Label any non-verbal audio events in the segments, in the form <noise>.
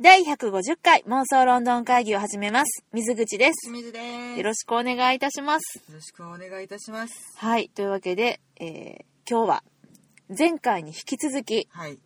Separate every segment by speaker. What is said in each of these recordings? Speaker 1: 第150回妄想ロンドン会議を始めます。水口です。
Speaker 2: 清水です。
Speaker 1: よろしくお願いいたします。
Speaker 2: よろしくお願いいたします。
Speaker 1: はい。というわけで、えー今日は前回に引き続き、
Speaker 2: はい。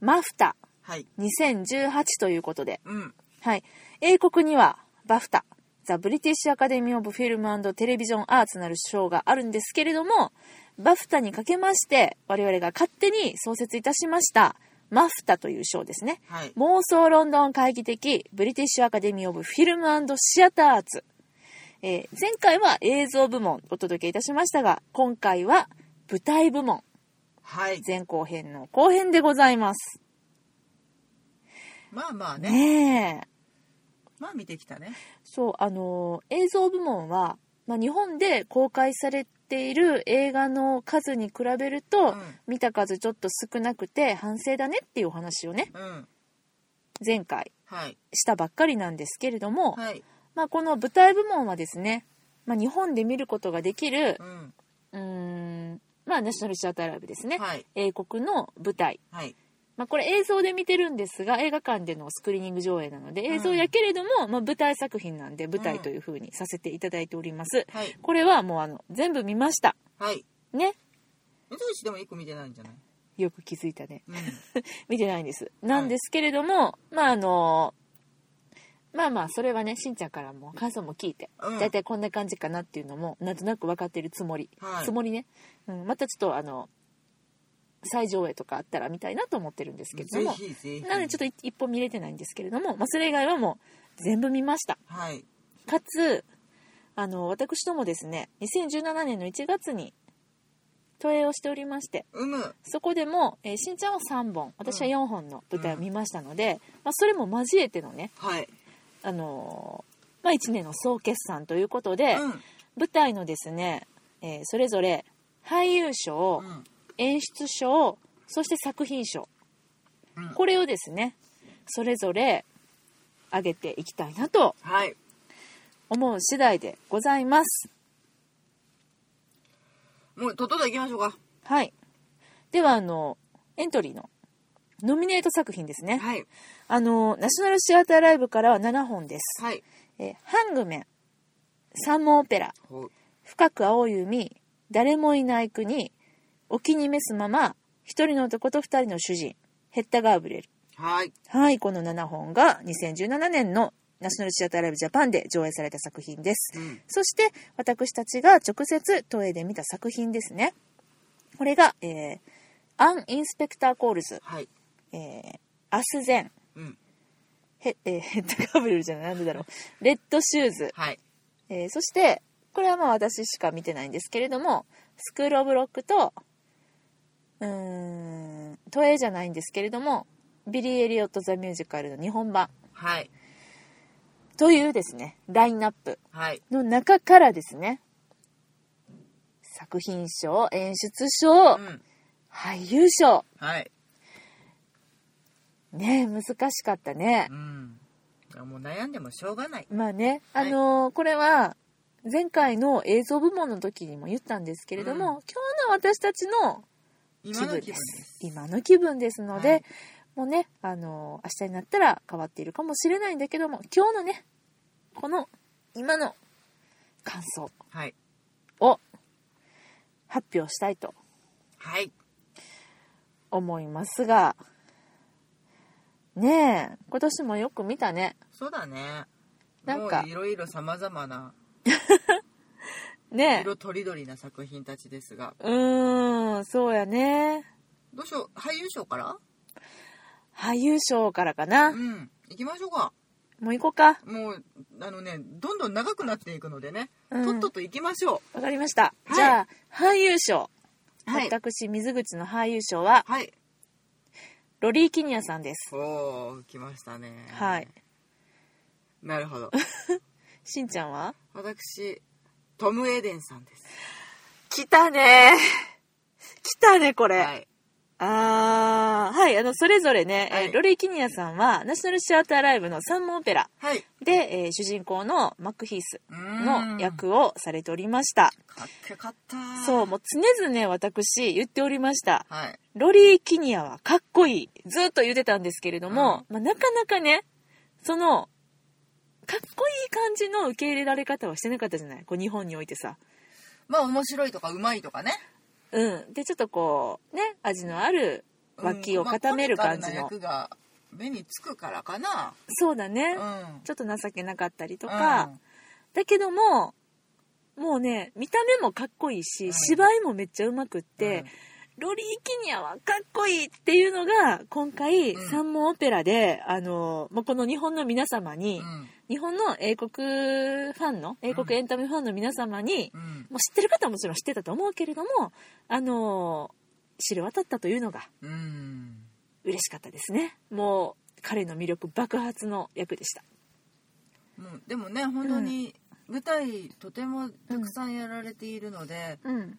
Speaker 1: マフタ
Speaker 2: はい。
Speaker 1: 2018ということで、
Speaker 2: うん。
Speaker 1: はい。英国には、バフタ、ザ・ブリティッシュ・アカデミー・オブ・フィルムテレビジョン・アーツなる賞があるんですけれども、バフタにかけまして、我々が勝手に創設いたしました、マフタという賞ですね。
Speaker 2: はい。
Speaker 1: 妄想ロンドン会議的ブリティッシュ・アカデミー・オブ・フィルムシアター・アーツ。えー前回は映像部門お届けいたしましたが、今回は舞台部門、
Speaker 2: はい。
Speaker 1: 前後編の後編でございます。
Speaker 2: まあまあね。
Speaker 1: ねえ。
Speaker 2: まあ見てきたね。
Speaker 1: そうあのー映像部門は、まあ、日本で公開されている映画の数に比べると、
Speaker 2: うん
Speaker 1: 見た数ちょっと少なくて反省だねっていうお話をね
Speaker 2: うん。
Speaker 1: 前回
Speaker 2: はい。
Speaker 1: したばっかりなんですけれども、
Speaker 2: はい。
Speaker 1: まあ、この舞台部門はですね、まあ、日本で見ることができる
Speaker 2: うん。
Speaker 1: うーんまあナショナルシアターライブですね、
Speaker 2: はい。
Speaker 1: 英国の舞台
Speaker 2: はい。
Speaker 1: まあ、これ映像で見てるんですが映画館でのスクリーニング上映なので映像やけれども、まあ、舞台作品なんで舞台という風にさせていただいております、
Speaker 2: はい。
Speaker 1: これはもうあの全部見ました
Speaker 2: はい。
Speaker 1: ね
Speaker 2: 水口でも一個見てないんじゃない
Speaker 1: よく気づいたね
Speaker 2: うん。
Speaker 1: 見てないんですなんですけれども、まああのまあまあそれはねしんちゃんからも感想も聞いて
Speaker 2: うん
Speaker 1: 大体、こんな感じかなっていうのもなんとなく分かってるつもり、
Speaker 2: はい
Speaker 1: つもりね、うん、またちょっとあの再上映とかあったら見たいなと思ってるんですけれど
Speaker 2: ぜ
Speaker 1: も
Speaker 2: ひぜひ。
Speaker 1: なのでちょっとい一本見れてないんですけれども、まあ、それ以外はもう全部見ました
Speaker 2: はい。
Speaker 1: かつあの私どもですね2017年の1月に投影をしておりまして
Speaker 2: うむ。
Speaker 1: そこでも、えーしんちゃんは3本私は4本の舞台を見ましたので、まあ、それも交えてのね、
Speaker 2: はい。
Speaker 1: あのーまあ、1年の総決算ということで、
Speaker 2: うん。
Speaker 1: 舞台のですね、えーそれぞれ俳優賞
Speaker 2: うん。
Speaker 1: 演出賞そして作品賞
Speaker 2: うん
Speaker 1: これをですねそれぞれ上げていきたいなと
Speaker 2: はい。
Speaker 1: 思う次第でございます
Speaker 2: もう、とっとと行きましょうか。
Speaker 1: はいではあのエントリーのノミネート作品ですね
Speaker 2: はい。
Speaker 1: あのナショナルシアターライブからは7本です、
Speaker 2: はい。
Speaker 1: えーハングメンサンモオペラ
Speaker 2: ほう。
Speaker 1: 深く青い海誰もいない国お気に召すまま一人の男と二人の主人ヘッダ・ガーブリエル
Speaker 2: はい。
Speaker 1: はいこの7本が2017年のナショナルシアターライブジャパンで上映された作品です、
Speaker 2: うん
Speaker 1: そして私たちが直接都営で見た作品ですねこれが、えーアン・インスペクター・コールズ、
Speaker 2: はい。
Speaker 1: えーアスゼン
Speaker 2: うん。
Speaker 1: ヘ,、えーヘッダ・ガーブリエルじゃないなんでだろうレッド・シューズ
Speaker 2: はい。
Speaker 1: えーそしてこれはまあ私しか見てないんですけれどもスクール・オブ・ロックとうーん都営じゃないんですけれどもビリー・エリオット・ザ・ミュージカルの日本版
Speaker 2: はい。
Speaker 1: というですねラインナップ
Speaker 2: はい。
Speaker 1: の中からですね作品賞演出賞、
Speaker 2: うん。
Speaker 1: 俳優賞
Speaker 2: はい。
Speaker 1: ねえ難しかったね
Speaker 2: う、ん。いやもう悩んでもしょうがない。
Speaker 1: まあねあ
Speaker 2: はい
Speaker 1: のーこれは前回の映像部門の時にも言ったんですけれども、
Speaker 2: うん
Speaker 1: 今日の私たちの
Speaker 2: 今
Speaker 1: 気
Speaker 2: の
Speaker 1: 分
Speaker 2: 気分
Speaker 1: で
Speaker 2: です。
Speaker 1: す今の気分ですので、
Speaker 2: はい
Speaker 1: もうねあの明日になったら変わっているかもしれないんだけども今日のねこの今の感想
Speaker 2: はい。
Speaker 1: を発表したいと
Speaker 2: はい。
Speaker 1: 思いますがねえ今年もよく見たね
Speaker 2: そうだね。
Speaker 1: なんか
Speaker 2: もういろいろ様々な
Speaker 1: ねえ
Speaker 2: 色とりどりな作品たちですが、
Speaker 1: うーんそうやね
Speaker 2: どうしよう、俳優賞から
Speaker 1: 俳優賞からかな、
Speaker 2: うん。行きましょうか。
Speaker 1: もう行こうか
Speaker 2: もう、あのね、どんどん長くなっていくのでね、
Speaker 1: うん
Speaker 2: とっとと行きましょ
Speaker 1: わかりました、
Speaker 2: はい
Speaker 1: じゃあ俳優賞、
Speaker 2: う。はい。
Speaker 1: 私水口の俳優賞は
Speaker 2: はい。
Speaker 1: ロリー・キニアさんです
Speaker 2: おー、来ましたね。
Speaker 1: はい。
Speaker 2: なるほど。
Speaker 1: しんちゃんは
Speaker 2: 私、トム・エデンさんです。
Speaker 1: 来たね来たねこれ、
Speaker 2: はい。
Speaker 1: あー、はい、あの、それぞれね、えー
Speaker 2: はい
Speaker 1: ロレイ・キニアさんは、ナショナルシアターライブの三門オペラ
Speaker 2: はい。
Speaker 1: で、えー主人公のマック・ヒース
Speaker 2: うーん
Speaker 1: の。役をされておりました。
Speaker 2: かっけよかった。
Speaker 1: そう、もう常々私言っておりました。
Speaker 2: はい。
Speaker 1: ロリー・キニアはかっこいい。ずっと言ってたんですけれども、まあ、なかなかね、その、かっこいい感じの受け入れられ方はしてなかったじゃないこう日本においてさ。
Speaker 2: まあ、面白いとか、うまいとかね。
Speaker 1: うん。で、ちょっとこう、ね、味のある
Speaker 2: うん
Speaker 1: 脇を固める感じの。
Speaker 2: まあコミカルな役が目につくからかな。
Speaker 1: そうだね、
Speaker 2: うん。
Speaker 1: ちょっと情けなかったりと
Speaker 2: と
Speaker 1: か、だけども、もうね、見た目もかっこいいし、
Speaker 2: うん
Speaker 1: 芝居もめっちゃうまくって、ロリー・キニアはかっこいいっていうのが今回
Speaker 2: うん
Speaker 1: 三門オペラで、あのもうこの日本の皆様に、
Speaker 2: うん。
Speaker 1: 日本の英国ファンの英国エンタメファンの皆様に、
Speaker 2: うん。
Speaker 1: もう知ってる方はもちろん知ってたと思うけれどもあの知れ渡ったというのが
Speaker 2: うん。
Speaker 1: 嬉しかったですねもう彼の魅力爆発の役でした
Speaker 2: もうでもね本当に舞台とてもたくさんやられているので,、
Speaker 1: うん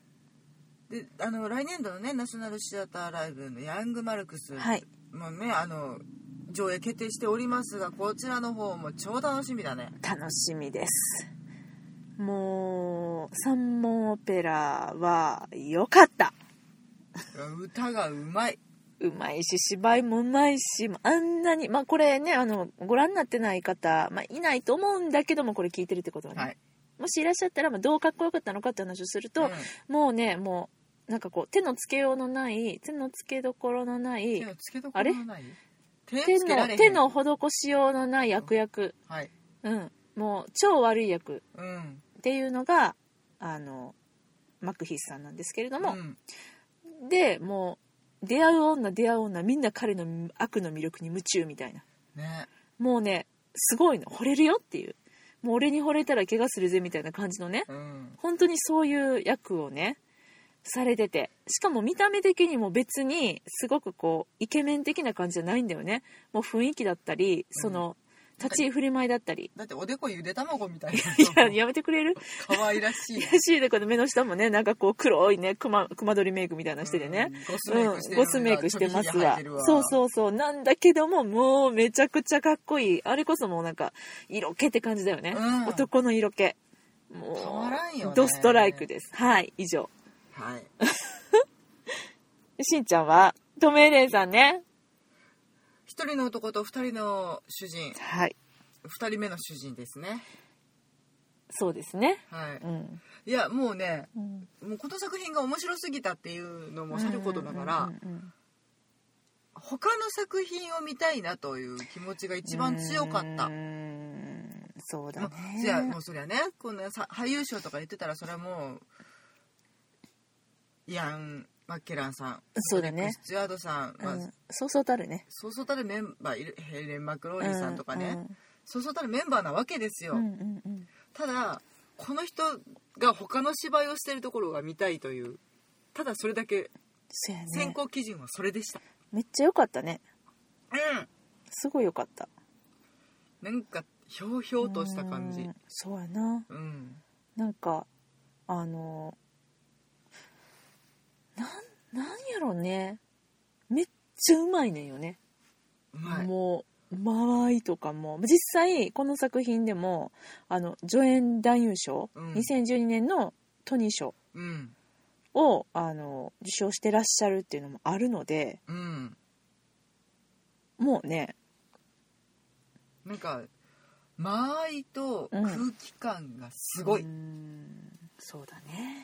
Speaker 2: であの来年度のねナショナルシアターライブの「ヤングマルクス」
Speaker 1: はい
Speaker 2: もねあの上映決定しておりますがこちらの方も超楽しみだね
Speaker 1: 楽しみですもう三門オペラは良かった
Speaker 2: いや歌がうまいう
Speaker 1: まいし芝居もうまいしあんなにまあこれねあのご覧になってない方、まあ、いないと思うんだけどもこれ聞いてるってことはね、
Speaker 2: はい
Speaker 1: もしいらっしゃったら、まあ、どうかっこよかったのかって話をすると、
Speaker 2: うん
Speaker 1: もうねもうなんかこう手のつけようのない手のつけどころのない
Speaker 2: 手のつけどころがない手
Speaker 1: 手
Speaker 2: つけら
Speaker 1: の
Speaker 2: れへん
Speaker 1: 手の施しようのない悪役、
Speaker 2: はい
Speaker 1: うん、もう超悪い役
Speaker 2: うん
Speaker 1: っていうのがあのマックヒースさんなんですけれども、
Speaker 2: うん
Speaker 1: でもう出会う女出会う女みんな彼の悪の魅力に夢中みたいな
Speaker 2: ね
Speaker 1: もうねすごいの惚れるよっていうもう俺に惚れたら怪我するぜみたいな感じのね
Speaker 2: うん
Speaker 1: 本当にそういう役をねされててしかも見た目的にも別にすごくこうイケメン的な感じじゃないんだよねもう雰囲気だったりその立ち居振る舞いだったり、
Speaker 2: だっておでこゆで卵みた
Speaker 1: <laughs>
Speaker 2: い
Speaker 1: いや
Speaker 2: な
Speaker 1: やめてくれる
Speaker 2: 可愛らしい
Speaker 1: 悔しいでこの目の下もねなんかこう黒いね熊熊取りメイクみたいなしててね、
Speaker 2: うんゴスメイクして
Speaker 1: うん、ゴスメイクして
Speaker 2: る
Speaker 1: ますわ
Speaker 2: ちょびひげ生えてるわ
Speaker 1: そうそうそうなんだけどももうめちゃくちゃかっこいいあれこそもうなんか色気って感じだよね、
Speaker 2: うん
Speaker 1: 男の色気もう
Speaker 2: たまらんよね
Speaker 1: ドストライクですはい以上
Speaker 2: はい
Speaker 1: しんちゃんはトメイレンさんね
Speaker 2: 一人の男と二人の主人
Speaker 1: はい
Speaker 2: 二人目の主人ですね
Speaker 1: そうですね
Speaker 2: は
Speaker 1: うん、
Speaker 2: いいやもうね
Speaker 1: うん、
Speaker 2: もうこの作品が面白すぎたっていうのもさることながら
Speaker 1: うんうんうん
Speaker 2: 他の作品を見たいなという気持ちが一番強かった
Speaker 1: うーんそうだ
Speaker 2: ま
Speaker 1: ね
Speaker 2: あそりゃもうそりゃねこんなさ俳優賞とか言ってたらそれはもうイアン・マッケランさん
Speaker 1: そうだね
Speaker 2: スチュワードさん、まあ
Speaker 1: うん、そうそうたるね
Speaker 2: そうそうたるメンバーいるヘレン・マクローリーさんとかね、
Speaker 1: うんうん
Speaker 2: そうそうたるメンバーなわけですよ、
Speaker 1: うんうんうん
Speaker 2: ただこの人が他の芝居をしてるところが見たいというただそれだけ
Speaker 1: そうや
Speaker 2: 選
Speaker 1: ね
Speaker 2: 考基準はそれでした、
Speaker 1: めっちゃ良かったね
Speaker 2: うん
Speaker 1: すごい良かった
Speaker 2: なんかひょうひょうとした感じ
Speaker 1: うんそうやな
Speaker 2: うん
Speaker 1: なんかあのなんなんやろねめっちゃうまいねんよね、
Speaker 2: うまい
Speaker 1: もう間合いとかも実際この作品でもあの助演男優賞、
Speaker 2: うん
Speaker 1: 2012年のトニー賞
Speaker 2: うん
Speaker 1: をあの受賞してらっしゃるっていうのもあるので
Speaker 2: うん
Speaker 1: もうね
Speaker 2: なんか間合いと
Speaker 1: うん
Speaker 2: 空気感がすごい、
Speaker 1: う
Speaker 2: うん
Speaker 1: んそうだね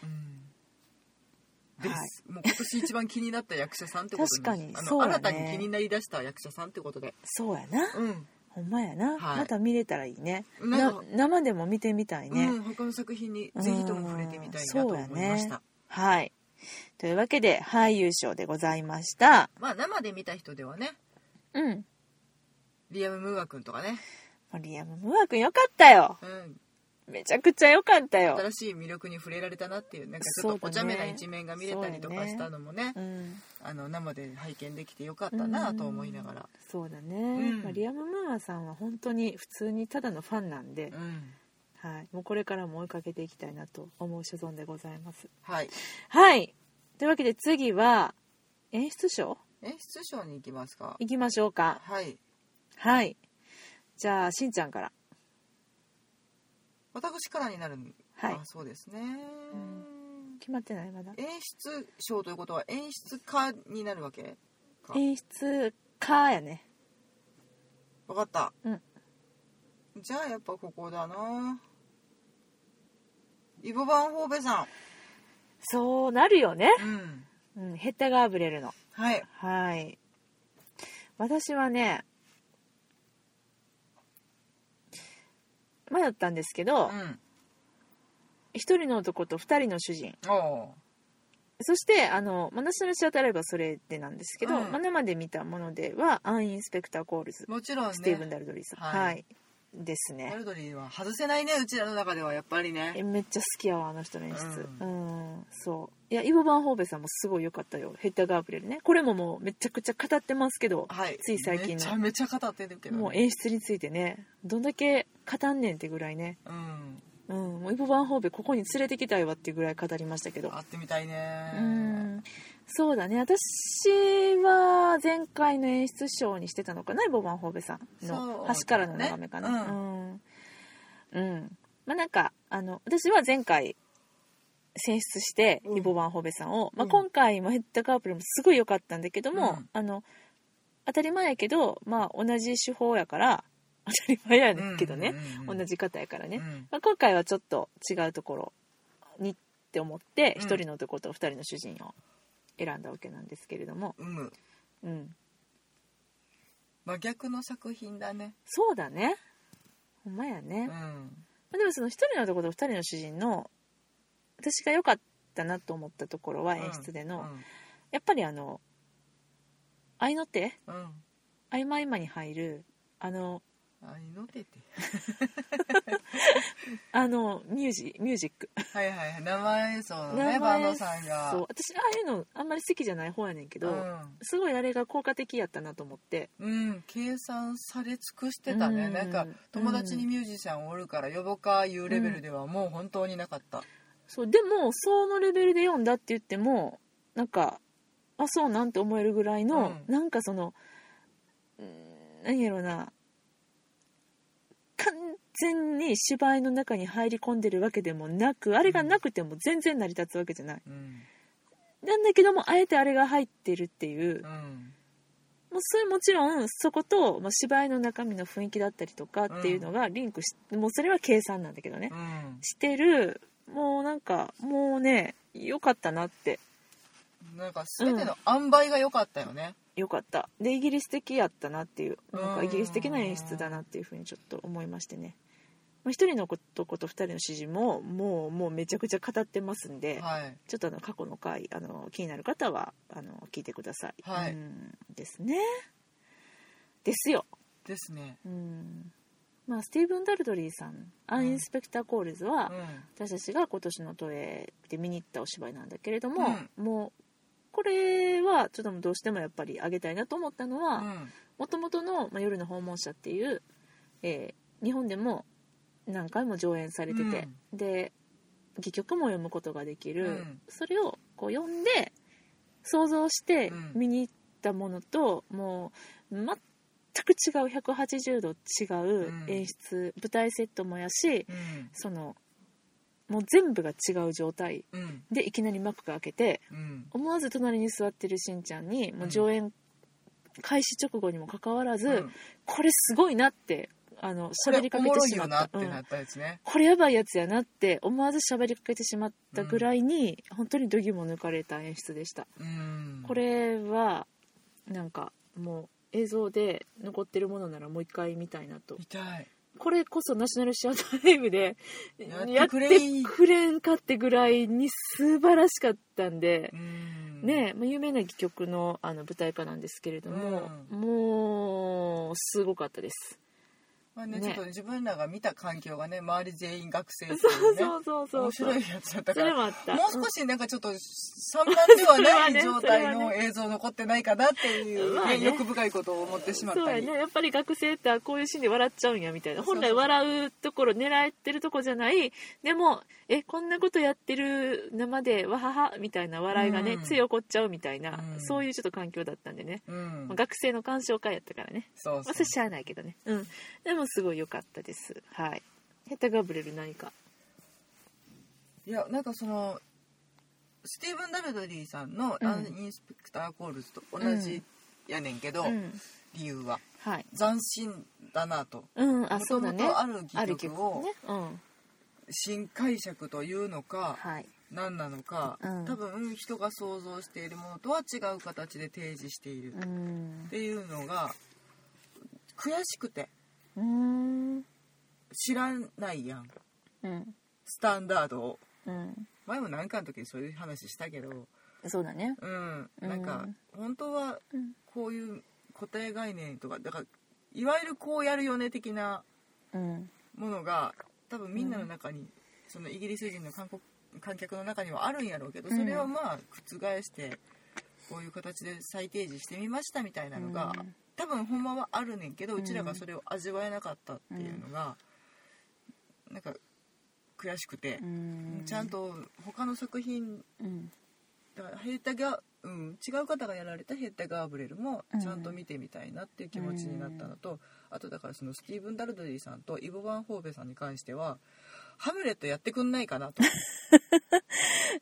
Speaker 2: です、もう今年一番気になった役者さんってこと
Speaker 1: 確
Speaker 2: し
Speaker 1: かに
Speaker 2: あの
Speaker 1: そうだね
Speaker 2: 新たに気になりだした役者さんってことで
Speaker 1: そうやな
Speaker 2: うん、
Speaker 1: ほんまやな、
Speaker 2: はい
Speaker 1: また見れたらいいね
Speaker 2: なんか
Speaker 1: な生でも見てみたいね、
Speaker 2: うん、他の作品にぜひとも触れてみたいなと思い
Speaker 1: うんそうや
Speaker 2: ま
Speaker 1: ね
Speaker 2: した、
Speaker 1: はいというわけで俳優賞でございました
Speaker 2: まあ生で見た人ではね
Speaker 1: うん
Speaker 2: リアム・ムーア君とかね、
Speaker 1: リアム・ムーア君よかったよ
Speaker 2: うん、
Speaker 1: めちゃくちゃよかったよ
Speaker 2: 新しい魅力に触れられたなっていうなんかちょっとお茶目な一面が見れたりと
Speaker 1: そうだ
Speaker 2: か
Speaker 1: ね
Speaker 2: したのもね
Speaker 1: うん
Speaker 2: あの生で拝見できてよかったなと思いながら、
Speaker 1: そうだね、
Speaker 2: ん
Speaker 1: まあ、リアム・ムーアさんは本当に普通にただのファンなんで
Speaker 2: う、ん、
Speaker 1: はい、もうこれからも追いかけていきたいなと思う所存でございます
Speaker 2: はい
Speaker 1: はいというわけで次は演出賞
Speaker 2: 演出賞に行きますか
Speaker 1: いきましょうか
Speaker 2: はい
Speaker 1: はいじゃあしんちゃんから
Speaker 2: 私からになるん
Speaker 1: はい
Speaker 2: あそうですね、
Speaker 1: 決まってないまだ
Speaker 2: 演出賞ということは演出家になるわけか
Speaker 1: 演出家やね
Speaker 2: 分かった、
Speaker 1: うん
Speaker 2: じゃあやっぱここだなイボ・バンホーベさ
Speaker 1: そうなるよね、
Speaker 2: んうん
Speaker 1: うん、ヘッダガーブレルの
Speaker 2: はい
Speaker 1: はい私はね迷ったんですけ
Speaker 2: う
Speaker 1: ど
Speaker 2: ん
Speaker 1: 一、人の男と二人の主人
Speaker 2: おう
Speaker 1: そしてあのまあナショナルシアターライブはそれでなんですけど、
Speaker 2: うん
Speaker 1: まあ生で見たものでは「アン・インスペクター・コールズ」
Speaker 2: もちろんね
Speaker 1: スティーブン・ダルドリーさん、
Speaker 2: はい
Speaker 1: はい、ですね
Speaker 2: ダルドリーは外せないねうちらの中ではやっぱり
Speaker 1: え
Speaker 2: ね
Speaker 1: めっちゃ好きやわあの人の演出うんそういやイボ・バンホーベさんもすごい良かったよヘッダー・ガーブレルねこれももうめちゃくちゃ語ってますけど、
Speaker 2: はい
Speaker 1: つい最近の
Speaker 2: めちゃめちゃ語ってるけど、ね、
Speaker 1: もう演出についてねどんだけ語んねんってぐらいね
Speaker 2: うん
Speaker 1: うんもうイボ・バンホーベここに連れてきたいわってぐらい語りましたけど
Speaker 2: 会ってみたいね
Speaker 1: うんそうだね私は前回の演出賞にしてたのかなイボ・バンホーベさん
Speaker 2: そ
Speaker 1: の
Speaker 2: う
Speaker 1: 端からの眺めかな
Speaker 2: だね
Speaker 1: うん、うんまあなんかあの私は前回選出して、
Speaker 2: うん
Speaker 1: イボ・バンホーベさんを、まあ、
Speaker 2: うん
Speaker 1: 今回もヘッダ・カープルもすごい良かったんだけども、
Speaker 2: うん
Speaker 1: あの当たり前やけど、まあ、同じ手法やから当たり前やねんけどね、
Speaker 2: うんうんうん
Speaker 1: 同じ方やからね、
Speaker 2: うん
Speaker 1: まあ、今回はちょっと違うところにって思って
Speaker 2: うん
Speaker 1: 一人の男と二人の主人を選んだわけなんですけれども、
Speaker 2: うむ
Speaker 1: うん、
Speaker 2: 真逆の作品だね
Speaker 1: そうだねほんまやね、
Speaker 2: う
Speaker 1: ま
Speaker 2: ん
Speaker 1: あでもその一人の男と二人の主人の私が良かったなと思ったところは演出での、やっぱりあの合いの手
Speaker 2: うんうん
Speaker 1: 合間合間に入るあの
Speaker 2: あいのてて
Speaker 1: あのミュージミュージック
Speaker 2: はいはいはい生演奏のね
Speaker 1: 名
Speaker 2: バ
Speaker 1: 前
Speaker 2: ンドさんが
Speaker 1: そう私ああいうのあんまり好きじゃない方やねんけど、すごいあれが効果的やったなと思って
Speaker 2: うん、うん、計算され尽くしてたね、
Speaker 1: うん
Speaker 2: なんか友達にミュージシャンおるから呼ぼかいうレベルではもう本当になかった、
Speaker 1: そうでもそのレベルで読んだって言ってもなんかあそうなんて思えるぐらいの、
Speaker 2: うん
Speaker 1: なんかそのうーん何やろうな完全に芝居の中に入り込んでるわけでもなくあれがなくても全然成り立つわけじゃない、
Speaker 2: うん
Speaker 1: なんだけどもあえてあれが入ってるっていう、
Speaker 2: うん
Speaker 1: もうそれもちろんそこと、まあ、芝居の中身の雰囲気だったりとかっていうのがリンクし、もうそれは計算なんだけどね、
Speaker 2: うん
Speaker 1: してるもうなんかもうね良かったなって
Speaker 2: なんか全ての塩梅が良かったよね、
Speaker 1: 良かったでイギリス的やったなっていうなんか
Speaker 2: うん
Speaker 1: イギリス的な演出だなっていうふうにちょっと思いましてね、まあ、1人の男と2人の指示ももうもうめちゃくちゃ語ってますんで、
Speaker 2: はい
Speaker 1: ちょっとあの過去の回あの気になる方はあの聞いてください、
Speaker 2: はい
Speaker 1: うんですねですよ
Speaker 2: ですね
Speaker 1: うんまあスティーブン・ダルドリーさん「アン・インスペクター・コールズは」
Speaker 2: う
Speaker 1: 私たちが今年の都営で見に行ったお芝居なんだけれども、もうこれはちょっともうどうしてもやっぱりあげたいなと思ったの
Speaker 2: んう
Speaker 1: は
Speaker 2: ん
Speaker 1: もともとの「まあ夜の訪問者」っていう、えー日本でも何回も上演されてて、で戯曲も読むことができる、
Speaker 2: うん
Speaker 1: それをこう読んで想像して
Speaker 2: うん
Speaker 1: 見に行ったものと、もう全く違う180度違う演出、舞台セットもやし
Speaker 2: うん
Speaker 1: そのもう全部が違う状態
Speaker 2: うん
Speaker 1: でいきなり幕が開けて
Speaker 2: うん
Speaker 1: 思わず隣に座ってるしんちゃんにもう
Speaker 2: うん
Speaker 1: 上演開始直後にもかかわらず、
Speaker 2: うん
Speaker 1: これすごいなってあの
Speaker 2: これ
Speaker 1: 喋りかけてしまった
Speaker 2: おもろい
Speaker 1: う
Speaker 2: よなって
Speaker 1: ん
Speaker 2: なったやつね、
Speaker 1: これやばいやつやなって思わず喋りかけてしまったぐらいに、本当に度肝抜かれた演出でした、
Speaker 2: うん、
Speaker 1: これはなんかもう映像で残ってるものならもう一回見たいなと
Speaker 2: 痛い
Speaker 1: これこそナショナルシアターライブでや
Speaker 2: や
Speaker 1: っ
Speaker 2: っててくれ
Speaker 1: くれんかってぐらいに素晴らしかったんで
Speaker 2: う、ん
Speaker 1: ねえまあ有名な戯曲のあの舞台化なんですけれども、もうすごかったです
Speaker 2: まあね
Speaker 1: ね
Speaker 2: ちょっとね自分らが見た環境がね周り全員学生ってい
Speaker 1: そう
Speaker 2: うね
Speaker 1: そうそうそう
Speaker 2: 面白いやつだった
Speaker 1: そ
Speaker 2: か
Speaker 1: れ
Speaker 2: ら
Speaker 1: もあった
Speaker 2: もう少しなんかち
Speaker 1: <laughs>
Speaker 2: ょっと散乱では
Speaker 1: それは
Speaker 2: な
Speaker 1: ね
Speaker 2: い状態の映像残ってないかなっていう
Speaker 1: まあね
Speaker 2: ね欲深いことを思ってしまっ
Speaker 1: そう
Speaker 2: た
Speaker 1: や
Speaker 2: り
Speaker 1: ねやっぱり学生ってこういうシーンで笑っちゃうんやみたいな
Speaker 2: そう
Speaker 1: 本
Speaker 2: そ
Speaker 1: 来
Speaker 2: う
Speaker 1: 笑うところ狙ってるとこじゃないでもえこんなことやってる生でわははみたいな笑いがね、
Speaker 2: うん
Speaker 1: つい起こっちゃうみたいな、
Speaker 2: うん
Speaker 1: そういうちょっと環境だったんでね、
Speaker 2: うん
Speaker 1: まあ学生の鑑賞会やったからね
Speaker 2: そう
Speaker 1: ま
Speaker 2: そ
Speaker 1: あ
Speaker 2: う
Speaker 1: それしゃあないけどねうんでもすごい良かったですはいヘタガブレル何か
Speaker 2: いやなんかそのスティーブン・ダベドリーさんの
Speaker 1: うん
Speaker 2: あの「インスペクター・コールズ」と同じやねんけど、
Speaker 1: うん
Speaker 2: 理由は
Speaker 1: はい
Speaker 2: 斬新だなと
Speaker 1: うんあ
Speaker 2: も
Speaker 1: そ
Speaker 2: と
Speaker 1: うだ
Speaker 2: も
Speaker 1: ね
Speaker 2: とある
Speaker 1: あ
Speaker 2: 戯
Speaker 1: る曲
Speaker 2: 曲を
Speaker 1: ねうん
Speaker 2: 新解釈というのか
Speaker 1: はい
Speaker 2: 何なのか、
Speaker 1: うん
Speaker 2: 多分人が想像しているものとは違う形で提示している
Speaker 1: う
Speaker 2: っ
Speaker 1: ん
Speaker 2: ていうのが悔しくて
Speaker 1: うん
Speaker 2: 知らないやん
Speaker 1: うん
Speaker 2: スタンダードを
Speaker 1: うん
Speaker 2: 前も何かの時にそういう話したけど
Speaker 1: そうだね
Speaker 2: うんなんか本当は
Speaker 1: うん
Speaker 2: こういう固定概念とかだからいわゆるこうやるよね的な
Speaker 1: うん
Speaker 2: ものが多分みんなの中に、そのイギリス人の韓国観客の中にはあるんやろうけど
Speaker 1: うん
Speaker 2: それをまあ覆してこういう形で再提示してみましたみたいなのが、
Speaker 1: うん
Speaker 2: 多分ほんまはあるねんけど
Speaker 1: うん
Speaker 2: うちらがそれを味わえなかったっていうのが、なんか悔しくて
Speaker 1: う、ん
Speaker 2: ちゃんと他の作品
Speaker 1: うん
Speaker 2: だからヘッダが、うん、違う方がやられたヘッダ・ガーブレルも
Speaker 1: うん
Speaker 2: ちゃんと見てみたいなっていう気持ちになったのと、あとだからそのスティーブン・ダルドリーさんとイボ・バン・ホーベさんに関しては「ハムレットやってくんないかな」
Speaker 1: <laughs>
Speaker 2: と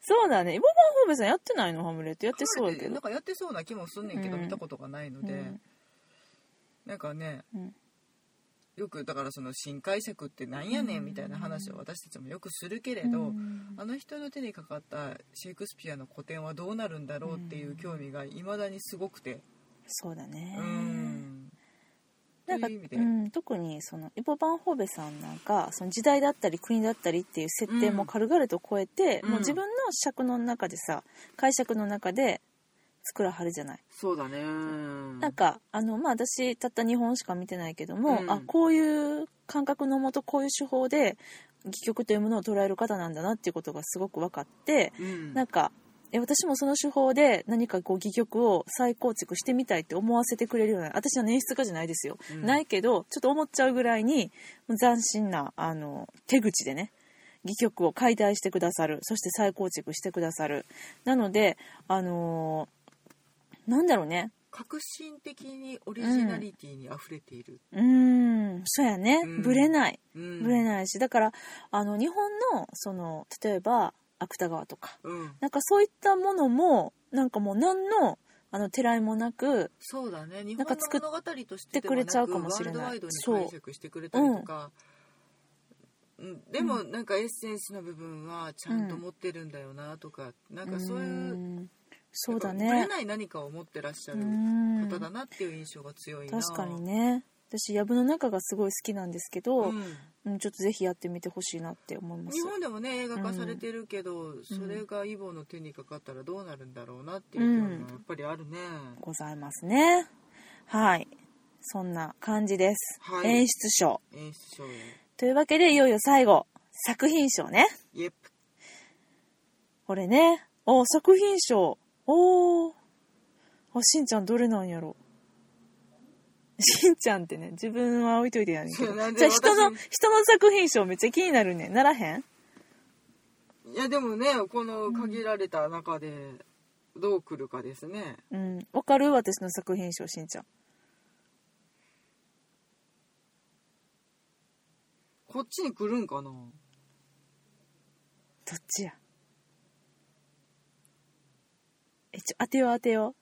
Speaker 1: そうだねイボバンホーベさんやってないのハムレットやってそう
Speaker 2: ハムレ
Speaker 1: やけ
Speaker 2: ットなん
Speaker 1: ど
Speaker 2: かやってそうな気もすんねんけど、
Speaker 1: うん
Speaker 2: 見たことがないので、
Speaker 1: うん
Speaker 2: なんかね
Speaker 1: うん
Speaker 2: よくだからその新解釈ってなんやねんみたいな話を私たちもよくするけれど、
Speaker 1: うん
Speaker 2: あの人の手にかかったシェイクスピアの古典はどうなるんだろうっていう興味がいまだにすごくて。
Speaker 1: そうだね
Speaker 2: うん
Speaker 1: なんか
Speaker 2: という意味で
Speaker 1: うん、特にそのイボ・バンホーベさんなんかその時代だったり国だったりっていう設定も軽々と超えて、
Speaker 2: うん
Speaker 1: もう自分の尺の中でさ解釈の中で作らはるじゃない、
Speaker 2: そうだねな
Speaker 1: なんかあの、まあ、私たった2本しか見てないけども、
Speaker 2: うん
Speaker 1: あこういう感覚のもとこういう手法で戯曲というものを捉える方なんだなっていうことがすごく分かって、
Speaker 2: うん
Speaker 1: なんかえ私もその手法で何かこう戯曲を再構築してみたいって思わせてくれるような私は演出家じゃないですよ、
Speaker 2: うん
Speaker 1: ないけどちょっと思っちゃうぐらいにもう斬新なあの手口でね戯曲を解体してくださるそして再構築してくださるなのであのーなんだろうね
Speaker 2: 革新的にオリジナリティに溢れている、
Speaker 1: うーんそうやね、
Speaker 2: うん
Speaker 1: ぶれない
Speaker 2: うん
Speaker 1: ぶれないしだからあの日本のその例えば芥川とか
Speaker 2: うん
Speaker 1: なんかそういったものもなんかもう何のあのてらいもなく
Speaker 2: そうだね日
Speaker 1: なん
Speaker 2: 本
Speaker 1: か
Speaker 2: の
Speaker 1: 作っ
Speaker 2: 物語として
Speaker 1: て
Speaker 2: で
Speaker 1: く
Speaker 2: はな
Speaker 1: れ
Speaker 2: く
Speaker 1: ちゃうかもしれない
Speaker 2: ワールドワイドに解釈してくれたりとかうんでもなんかエッセンスの部分はちゃんと持ってるんだよなとか、なんかそういううん
Speaker 1: そうだ
Speaker 2: なんかぶ
Speaker 1: ね
Speaker 2: れない何かを持ってらっしゃ
Speaker 1: う
Speaker 2: る
Speaker 1: ん
Speaker 2: 方だなっていう印象が強いな
Speaker 1: 確かにね私藪の中がすごい好きなんですけど、
Speaker 2: うん
Speaker 1: うんちょっとぜひやってみてほしいなって思います
Speaker 2: 日本でもね映画化されてるけど、それがイボの手にかかったらどうなるんだろうなっていうのがやっぱりあるね、
Speaker 1: ございますねはいそんな感じです、
Speaker 2: はい
Speaker 1: 演出賞
Speaker 2: 演出賞
Speaker 1: というわけでいよいよ最後作品賞ね
Speaker 2: イエップ
Speaker 1: これねお作品賞おーおしんちゃんどれなんやろしんちゃんってね自分は置いといてやねんけど
Speaker 2: そうなんで
Speaker 1: じゃあ人の
Speaker 2: 私
Speaker 1: 人の作品賞めっちゃ気になるねんならへん
Speaker 2: いやでもねこの限られた中でどう来るかですね
Speaker 1: うんわかる私の作品賞しんちゃん
Speaker 2: こっちに来るんか
Speaker 1: どっ
Speaker 2: な
Speaker 1: ちやえちょ当てよう当てよ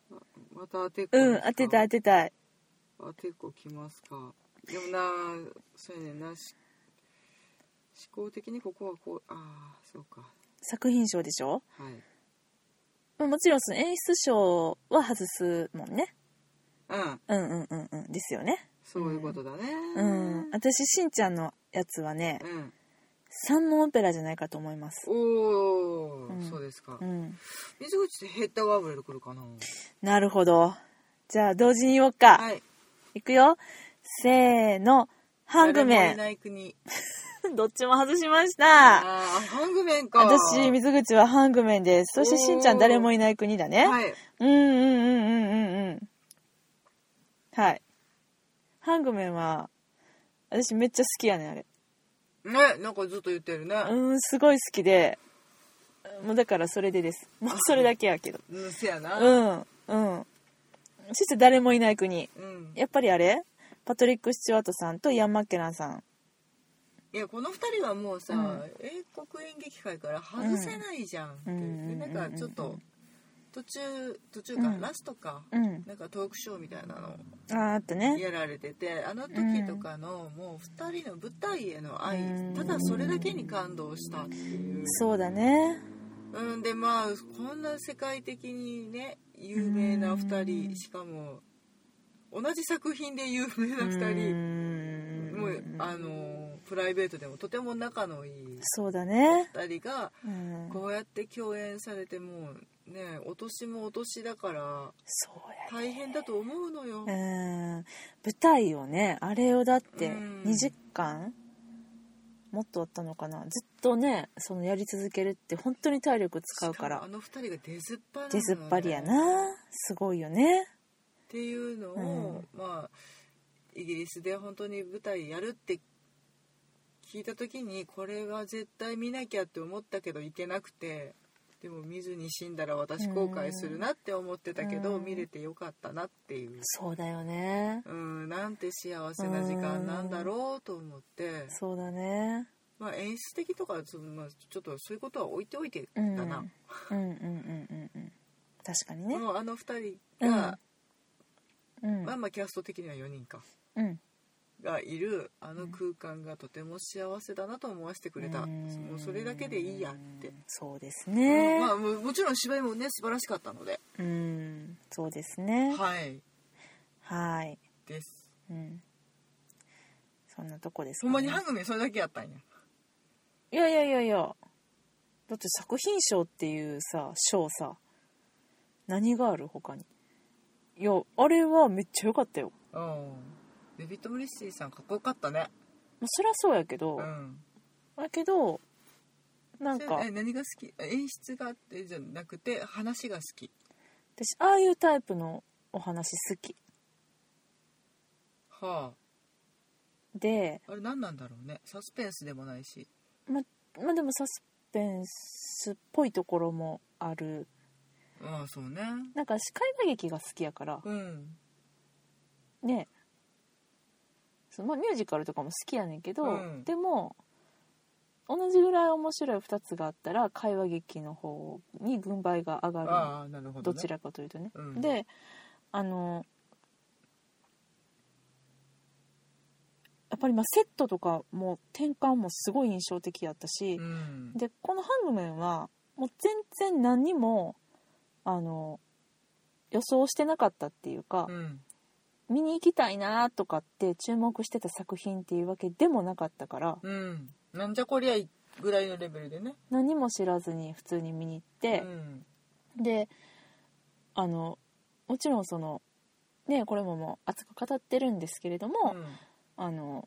Speaker 2: また当てっこ
Speaker 1: う
Speaker 2: です
Speaker 1: う
Speaker 2: か
Speaker 1: ん当てた当てたい
Speaker 2: 当てっこ来ますかでもなそうやねんなし思考的にここはこうああそうか
Speaker 1: 作品賞でしょ
Speaker 2: はい
Speaker 1: まあもちろんその演出賞は外すもんね
Speaker 2: うん
Speaker 1: うんうんうんうんですよね
Speaker 2: そういうことだね
Speaker 1: うん私しんちゃんのやつはね
Speaker 2: うん
Speaker 1: 三文オペラじゃないかと思います
Speaker 2: おお、
Speaker 1: うん
Speaker 2: そうですか、
Speaker 1: うん
Speaker 2: 水口ってヘッダーワーブレル来るかな
Speaker 1: なるほどじゃあ同時に言おうか、
Speaker 2: はい
Speaker 1: いくよせーのハング
Speaker 2: 誰も
Speaker 1: メ
Speaker 2: いない国
Speaker 1: ン。 <laughs> どっちも外しました。
Speaker 2: あーハングメンか
Speaker 1: 私、水口はハングメンです。そして、
Speaker 2: おー
Speaker 1: しんちゃん誰もいない国だね。
Speaker 2: はい
Speaker 1: うんうんうんうんうんうん。はい。ハングメンは、私めっちゃ好きやねん、あれ。
Speaker 2: ねなんかずっと言ってるね、
Speaker 1: うん、すごい好きで、もうだからそれでです。もうそれだけやけど。
Speaker 2: うん、せやな
Speaker 1: うん、うん。そして誰もいない国。
Speaker 2: うん
Speaker 1: やっぱりあれパトリック・スチュワートさんとヤン・マッケランさん。
Speaker 2: いやこの2人はもうさ、
Speaker 1: うん
Speaker 2: 英国演劇界から外せないじゃんって
Speaker 1: うん
Speaker 2: いううんでなんかちょっ
Speaker 1: うんうん
Speaker 2: と途中途中
Speaker 1: う
Speaker 2: か
Speaker 1: ん
Speaker 2: ラストか
Speaker 1: うん。
Speaker 2: なんかトークショーみたいなの
Speaker 1: あーあったね。
Speaker 2: やられててあの時とかのもう2人の舞台への愛
Speaker 1: うん
Speaker 2: ただそれだけに感動したっていう
Speaker 1: そうだね。
Speaker 2: うんでまあこんな世界的にね有名な2
Speaker 1: うん
Speaker 2: 人しかも同じ作品で有名な2人
Speaker 1: 人
Speaker 2: もうあのプライベートでもとても仲のいい
Speaker 1: そうだね。
Speaker 2: 2人が
Speaker 1: うん。
Speaker 2: こうやって共演されてもうねお年もお年だから
Speaker 1: そうや
Speaker 2: 大変だと思うのよ、
Speaker 1: ね。うん。舞台をね、あれをだって
Speaker 2: うん
Speaker 1: 2時間もっとあったのかな。ずっとね、そのやり続けるって本当に体力使うか
Speaker 2: しもあ
Speaker 1: ら。
Speaker 2: の2人が出ずっぱなの
Speaker 1: 出
Speaker 2: ね
Speaker 1: ずっぱりやな。すごいよね。
Speaker 2: っていうのを、まあイギリスで本当に舞台やるって聞いた時にこれは絶対見なきゃって思ったけど行けなくてでも見ずに死んだら私後悔するなって思ってたけど、
Speaker 1: うん
Speaker 2: 見れてよかったなっていう、
Speaker 1: そうだよね。
Speaker 2: うん、なんて幸せな時間なんだろうと思って、
Speaker 1: そうだね。
Speaker 2: まあ、演出的とかその、まあ、ちょっとそういうことは置いておいて
Speaker 1: う
Speaker 2: だ
Speaker 1: ん。うんうん
Speaker 2: な、
Speaker 1: うんうんうん。確かにね。
Speaker 2: もうあの2人が、
Speaker 1: うん
Speaker 2: まあ。まあキャスト的には4人か。
Speaker 1: うん。
Speaker 2: がいるあの空間がとても幸せだなと思わせてくれた、
Speaker 1: うん
Speaker 2: もうそれだけでいいやって、
Speaker 1: そうですね。
Speaker 2: まあ、もうもちろん芝居もね素晴らしかったので
Speaker 1: うん、そうですね。
Speaker 2: はい
Speaker 1: はい。
Speaker 2: です
Speaker 1: うん。そんなとこです
Speaker 2: ほ
Speaker 1: か、
Speaker 2: ん
Speaker 1: ね。
Speaker 2: まにハングメンそれだけやったんや
Speaker 1: いやいやいやいや。だって作品賞っていうさ、賞さ、何がある他に。いや、あれはめっちゃ良かったよ。
Speaker 2: うんデビッド・ムリッシーさんかっこよかったね
Speaker 1: まあ、そりゃそうやけど、
Speaker 2: うん
Speaker 1: だけど、なんか
Speaker 2: それ、え何が好き演出があってじゃなくて話が好き
Speaker 1: 私、ああいうタイプのお話好き。
Speaker 2: は
Speaker 1: で、
Speaker 2: ああれ何なんだろうねサスペンスでもないし
Speaker 1: ま、まあでもサスペンスっぽいところもある。
Speaker 2: ああそうね
Speaker 1: なんか、司会打劇が好きやから、
Speaker 2: うん
Speaker 1: ねそのまあミュージカルとかも好きやねんけど、
Speaker 2: うん
Speaker 1: でも同じぐらい面白い2つがあったら会話劇の方に軍配が上が
Speaker 2: ああなるほ
Speaker 1: る
Speaker 2: ど、
Speaker 1: ど
Speaker 2: ね、
Speaker 1: ちらかというとね、
Speaker 2: うん
Speaker 1: であのやっぱりまあセットとかも転換もすごい印象的やったし
Speaker 2: う、ん
Speaker 1: でこのハングメンはもう全然何にもあの予想してなかったっていうか、
Speaker 2: うん
Speaker 1: 見に行きたいなとかって注目してた作品っていうわけでもなかったから
Speaker 2: うんなんじゃこりゃいぐらいのレベルでね
Speaker 1: 何も知らずに普通に見に行って
Speaker 2: う、ん
Speaker 1: であのもちろんそのねこれももう熱く語ってるんですけれども、
Speaker 2: うん
Speaker 1: あの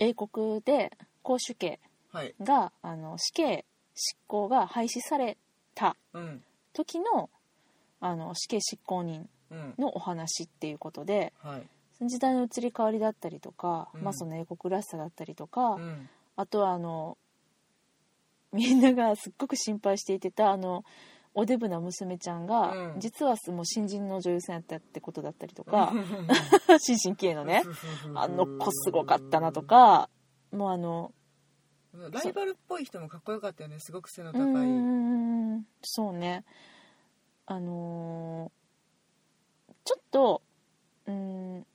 Speaker 1: 英国で公主刑
Speaker 2: はい
Speaker 1: があの死刑執行が廃止された
Speaker 2: うん
Speaker 1: 時のあの死刑執行人
Speaker 2: うん
Speaker 1: のお話っていうことで
Speaker 2: はい
Speaker 1: その時代の移り変わりだったりとか、
Speaker 2: うん
Speaker 1: まあその英国らしさだったりとか、
Speaker 2: うん
Speaker 1: あとはあのみんながすっごく心配していてたあのおデブな娘ちゃんが、
Speaker 2: うん
Speaker 1: 実はもう新人の女優さんやったってことだったりとか新進気鋭の
Speaker 2: <laughs>
Speaker 1: ねあの子すごかったなとかもうあの
Speaker 2: ライバルっぽい人もかっこよかったよねすごく背の
Speaker 1: う
Speaker 2: 高
Speaker 1: ー
Speaker 2: い
Speaker 1: んそうねあのーちょっとうーん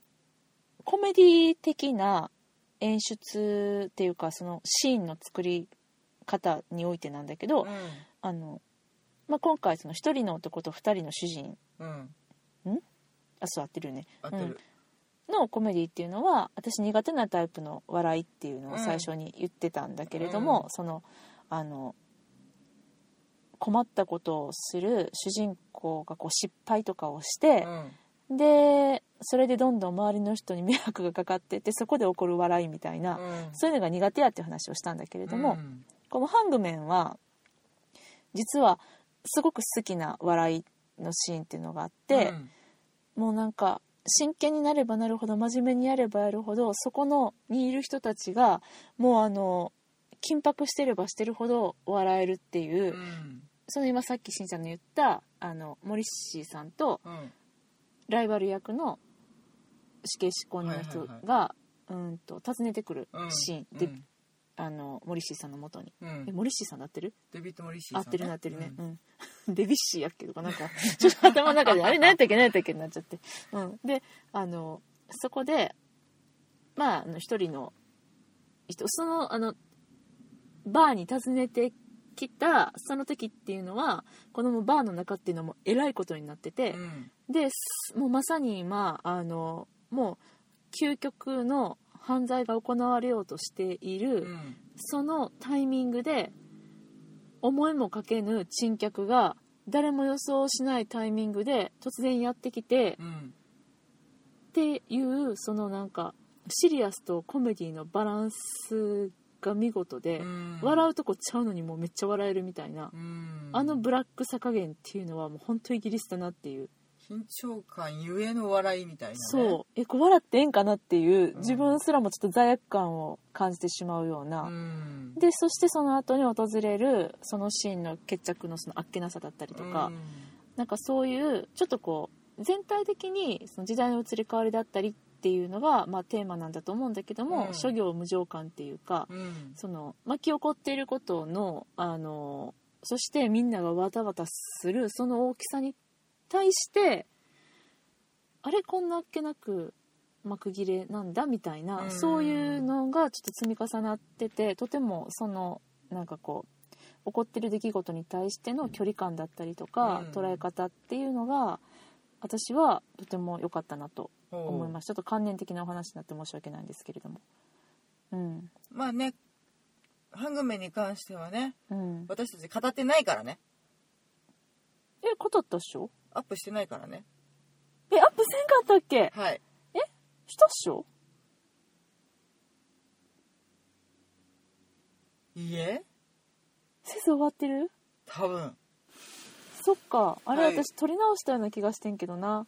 Speaker 1: コメディ的な演出っていうかそのシーンの作り方においてなんだけど、あの、まあ、今回その一人の男と二人の主人
Speaker 2: うんうん
Speaker 1: あそう合ってるよね
Speaker 2: 合ってる
Speaker 1: のコメディっていうのは私苦手なタイプの笑いっていうのを最初に言ってたんだけれども、
Speaker 2: うん
Speaker 1: そのあの困ったことをする主人公がこう失敗とかをして
Speaker 2: う、ん
Speaker 1: でそれでどんどん周りの人に迷惑がかかってってそこで起こる笑いみたいな、そういうのが苦手やっていう話をしたんだけれども、
Speaker 2: うん
Speaker 1: このハングメンは実はすごく好きな笑いのシーンっていうのがあって、
Speaker 2: うん
Speaker 1: もうなんか真剣になればなるほど真面目にやればやるほどそこのにいる人たちがもうあの緊迫してればしてるほど笑えるっていうう、
Speaker 2: ん
Speaker 1: その今さっきしんちゃんの言ったあのモリッシーさんと
Speaker 2: うん
Speaker 1: ライバル役の死刑執行人の人
Speaker 2: はい
Speaker 1: が、うんと訪ねてくる
Speaker 2: うん
Speaker 1: シーン、で、
Speaker 2: うん
Speaker 1: あのモリッシーさんの元に、
Speaker 2: うん
Speaker 1: えモリッシーさんなってる
Speaker 2: デビッド・モリシー
Speaker 1: 合
Speaker 2: さん
Speaker 1: っ
Speaker 2: ね
Speaker 1: てるなってるね、
Speaker 2: う
Speaker 1: うんん <laughs> デビッシーやっけとかなんかちょっと頭の中であれ何やったっけ何やったっけになっちゃって、うん、であのそこでまああの一人の人そのあのバーに訪ねてきたその時っていうのはこのもうバーの中っていうのはもうえらいことになってて、
Speaker 2: うん
Speaker 1: ですもうまさに今あのもう究極の犯罪が行われようとしている、
Speaker 2: うん
Speaker 1: そのタイミングで思いもかけぬ珍客が誰も予想しないタイミングで突然やってきて
Speaker 2: うん
Speaker 1: っていうそのなんかシリアスとコメディのバランスが見事で
Speaker 2: うん
Speaker 1: 笑うとこちゃうのにもうめっちゃ笑えるみたいな
Speaker 2: うん
Speaker 1: あのブラックさ加減っていうのはもう本当イギリスだなっていう
Speaker 2: 緊張感ゆえの笑いみたいなね
Speaker 1: そうえこれ笑ってええんかなっていう
Speaker 2: うん
Speaker 1: 自分すらもちょっと罪悪感を感じてしまうような
Speaker 2: うん
Speaker 1: でそしてその後に訪れるそのシーンの決着のそのあっけなさだったりとか、なんかそういうちょっとこう全体的にその時代の移り変わりだったりっていうのが、まあ、テーマなんだと思うんだけども、
Speaker 2: うん
Speaker 1: 諸行無常感っていうか、
Speaker 2: うんうん
Speaker 1: その巻き起こっていることのあのそしてみんながわたわたするその大きさに対してあれこんなあっけなく幕切れなんだみたいな、
Speaker 2: うん
Speaker 1: そういうのがちょっと積み重なっててとてもそのなんかこう起こってる出来事に対しての距離感だったりとか、
Speaker 2: うん
Speaker 1: 捉え方っていうのが私はとても良かったなと
Speaker 2: ほう
Speaker 1: 思いますちょっと観念的なお話になって申し訳ないんですけれども。うん
Speaker 2: まあねハングメンに関してはね
Speaker 1: うん、
Speaker 2: 私たち語ってないからね
Speaker 1: え、語ったっしょ
Speaker 2: アップしてないからね
Speaker 1: え、アップせんかったっけ
Speaker 2: はい
Speaker 1: したっしょ
Speaker 2: いいえ
Speaker 1: せず終わってる
Speaker 2: 多分
Speaker 1: そっか。あれ、
Speaker 2: はい
Speaker 1: 私撮り直したような気がしてんけどな。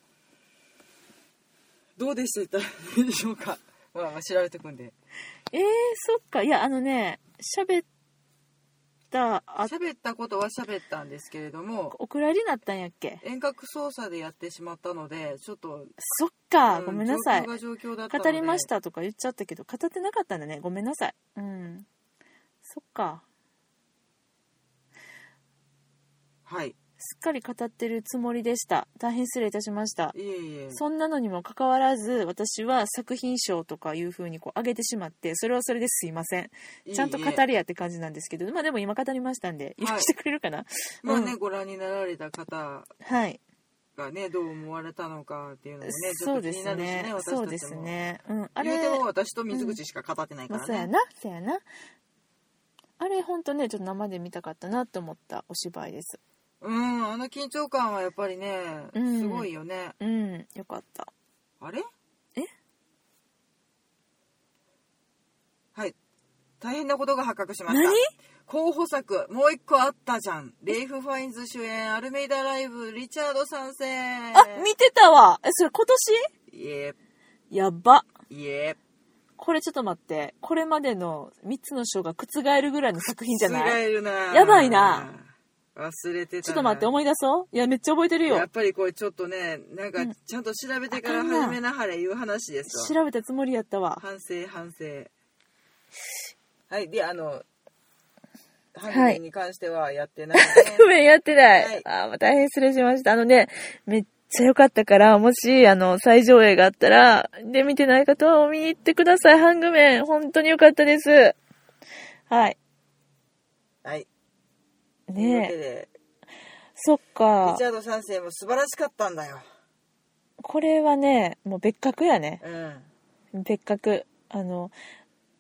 Speaker 2: どうでしたでしょうかまあまあ調べてくんで
Speaker 1: えー、そっか。いや、あのね、喋った、あ、
Speaker 2: 喋ったことは喋ったんですけれども
Speaker 1: お蔵入りになったんやっけ
Speaker 2: 遠隔操作でやってしまったのでちょっと
Speaker 1: そっか。
Speaker 2: う
Speaker 1: ごめんなさい
Speaker 2: 状。況が状況だったので
Speaker 1: 語りましたとか言っちゃったけど、語ってなかったんだね。ごめんなさい。うん。そっか。
Speaker 2: はいい
Speaker 1: すっかり語ってるつもりでした。大変失礼いたしました。
Speaker 2: えいえ
Speaker 1: そんなのにもかかわらず私は作品賞とかいう風にこう上げてしまってそれはそれですいません
Speaker 2: いえいえ
Speaker 1: ちゃんと語れやって感じなんですけどまあでも今語りましたんで許
Speaker 2: はい
Speaker 1: してくれるかな
Speaker 2: まあね、
Speaker 1: うん
Speaker 2: ご覧になられた方
Speaker 1: はい、
Speaker 2: がねどう思われたのかっていうのもねちょ
Speaker 1: そ
Speaker 2: っ
Speaker 1: う
Speaker 2: と
Speaker 1: で
Speaker 2: 気に
Speaker 1: す
Speaker 2: なるしね
Speaker 1: ね
Speaker 2: 私たちも
Speaker 1: そうですねうんあ
Speaker 2: あれ
Speaker 1: れ
Speaker 2: 言うても私と水口しか語ってないか
Speaker 1: まあ、そう
Speaker 2: ら
Speaker 1: や
Speaker 2: ね、
Speaker 1: なそうやなあれ本当ねちょっと生で見たかったなと思ったお芝居です
Speaker 2: うんあの緊張感はやっぱりね
Speaker 1: うん
Speaker 2: すごいよね、
Speaker 1: うんよかった
Speaker 2: あれ
Speaker 1: え
Speaker 2: はい大変なことが発覚しました
Speaker 1: 何
Speaker 2: 候補作もう一個あったじゃんレイフ・ファインズ主演アルメイダライブリチャード参戦
Speaker 1: あ見てたわえそれ今年
Speaker 2: いえ
Speaker 1: やば
Speaker 2: いえ
Speaker 1: これちょっと待ってこれまでの3つの賞が覆るぐらいの作品じゃない
Speaker 2: いるな
Speaker 1: やばいな
Speaker 2: 忘れてたな
Speaker 1: ちょっと待って、思い出そういや、めっちゃ覚えてる
Speaker 2: や
Speaker 1: よ
Speaker 2: っ。ぱりこれちょっとねなんか
Speaker 1: うん
Speaker 2: ちゃんと調べてから
Speaker 1: あかんな
Speaker 2: 始めなはれいう話ですわ
Speaker 1: 調べたつもりやったわ。
Speaker 2: 反省反省はいであのハングリーに関してはやってないね、
Speaker 1: <laughs> ごめん、やってな
Speaker 2: はい
Speaker 1: い。あー大変失礼しました。あのね、めっちゃ良かったから、もし、あの、再上映があったら、で、見てない方はお見に行ってください。ハングメン、本当に良かったです。はい。
Speaker 2: はいというわ
Speaker 1: ね
Speaker 2: け
Speaker 1: え。
Speaker 2: で
Speaker 1: そっ
Speaker 2: リ
Speaker 1: か
Speaker 2: チ。ャード三世も素晴らしかったんだよ
Speaker 1: これはね、もう別格やね。
Speaker 2: うん
Speaker 1: 別格。あの、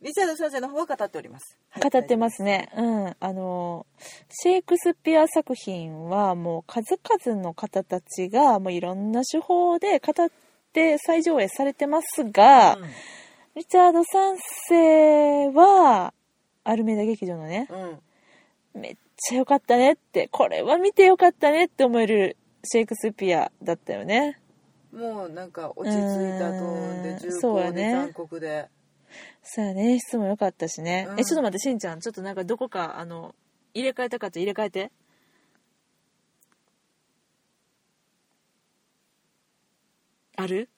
Speaker 2: リチャード三世の方は語っております、はい
Speaker 1: 語ってますね。うん。あの、シェイクスピア作品はもう数々の方たちがもういろんな手法で語っって再上映されてますが、リチャード3世は、アルメダ劇場のね、
Speaker 2: うん、うん、
Speaker 1: めっちゃ良かったねって、これは見て良かったねって思えるシェイクスピアだったよね。
Speaker 2: もうなんか落ち着いたトーン
Speaker 1: う
Speaker 2: で
Speaker 1: ん
Speaker 2: 重
Speaker 1: そうや
Speaker 2: 厚で
Speaker 1: ね
Speaker 2: 残酷で、
Speaker 1: そうやね、演出も良かったしね。
Speaker 2: うん
Speaker 1: え、ちょっと待って、しんちゃん、ちょっとなんかどこか、あの、入れ替えたかったら入れ替えて。ある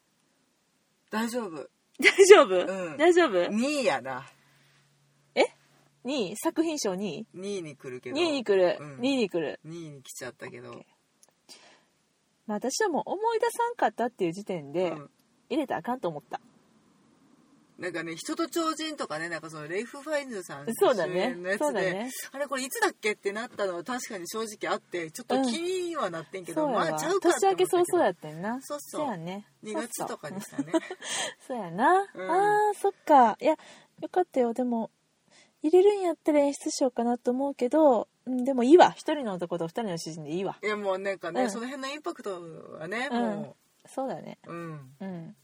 Speaker 1: <laughs>
Speaker 2: 大丈夫
Speaker 1: 大丈夫、
Speaker 2: うん
Speaker 1: 大丈夫
Speaker 2: 2位やな
Speaker 1: ?2 位作品賞2位
Speaker 2: 2位に来るけ
Speaker 1: ?2
Speaker 2: ど
Speaker 1: 位に来る、
Speaker 2: うん
Speaker 1: 2位に来る。
Speaker 2: 2位に来ちゃったけど、
Speaker 1: まあ私はもう思い出さんかったっていう時点で、
Speaker 2: うん
Speaker 1: 入れたらあかんと思った。
Speaker 2: なんかね人と超人とかねなんかそのレイフ・ファインズさん
Speaker 1: そうだね
Speaker 2: 主演のやつ
Speaker 1: そうだ
Speaker 2: で、
Speaker 1: ね
Speaker 2: あれこれいつだっけってなったのは確かに正直あってちょっと気にはなってんけど、
Speaker 1: そうや
Speaker 2: ま
Speaker 1: わ、
Speaker 2: あちゃうか
Speaker 1: 年明
Speaker 2: って思ったけ
Speaker 1: け
Speaker 2: ど
Speaker 1: 早々やってんな。
Speaker 2: そうそう
Speaker 1: やね。
Speaker 2: 2
Speaker 1: そ
Speaker 2: 月
Speaker 1: うそう
Speaker 2: とかでしたね
Speaker 1: そうやな、
Speaker 2: うん
Speaker 1: あーそっかいやよかったよでも入れるんやったら演出しようかなと思うけど、うん、でもいいわ一人の男と二人の主人でいいわ
Speaker 2: いやもうなんかね、
Speaker 1: うん
Speaker 2: その辺のインパクトはね、
Speaker 1: うん
Speaker 2: も
Speaker 1: そうだね
Speaker 2: ううん
Speaker 1: うん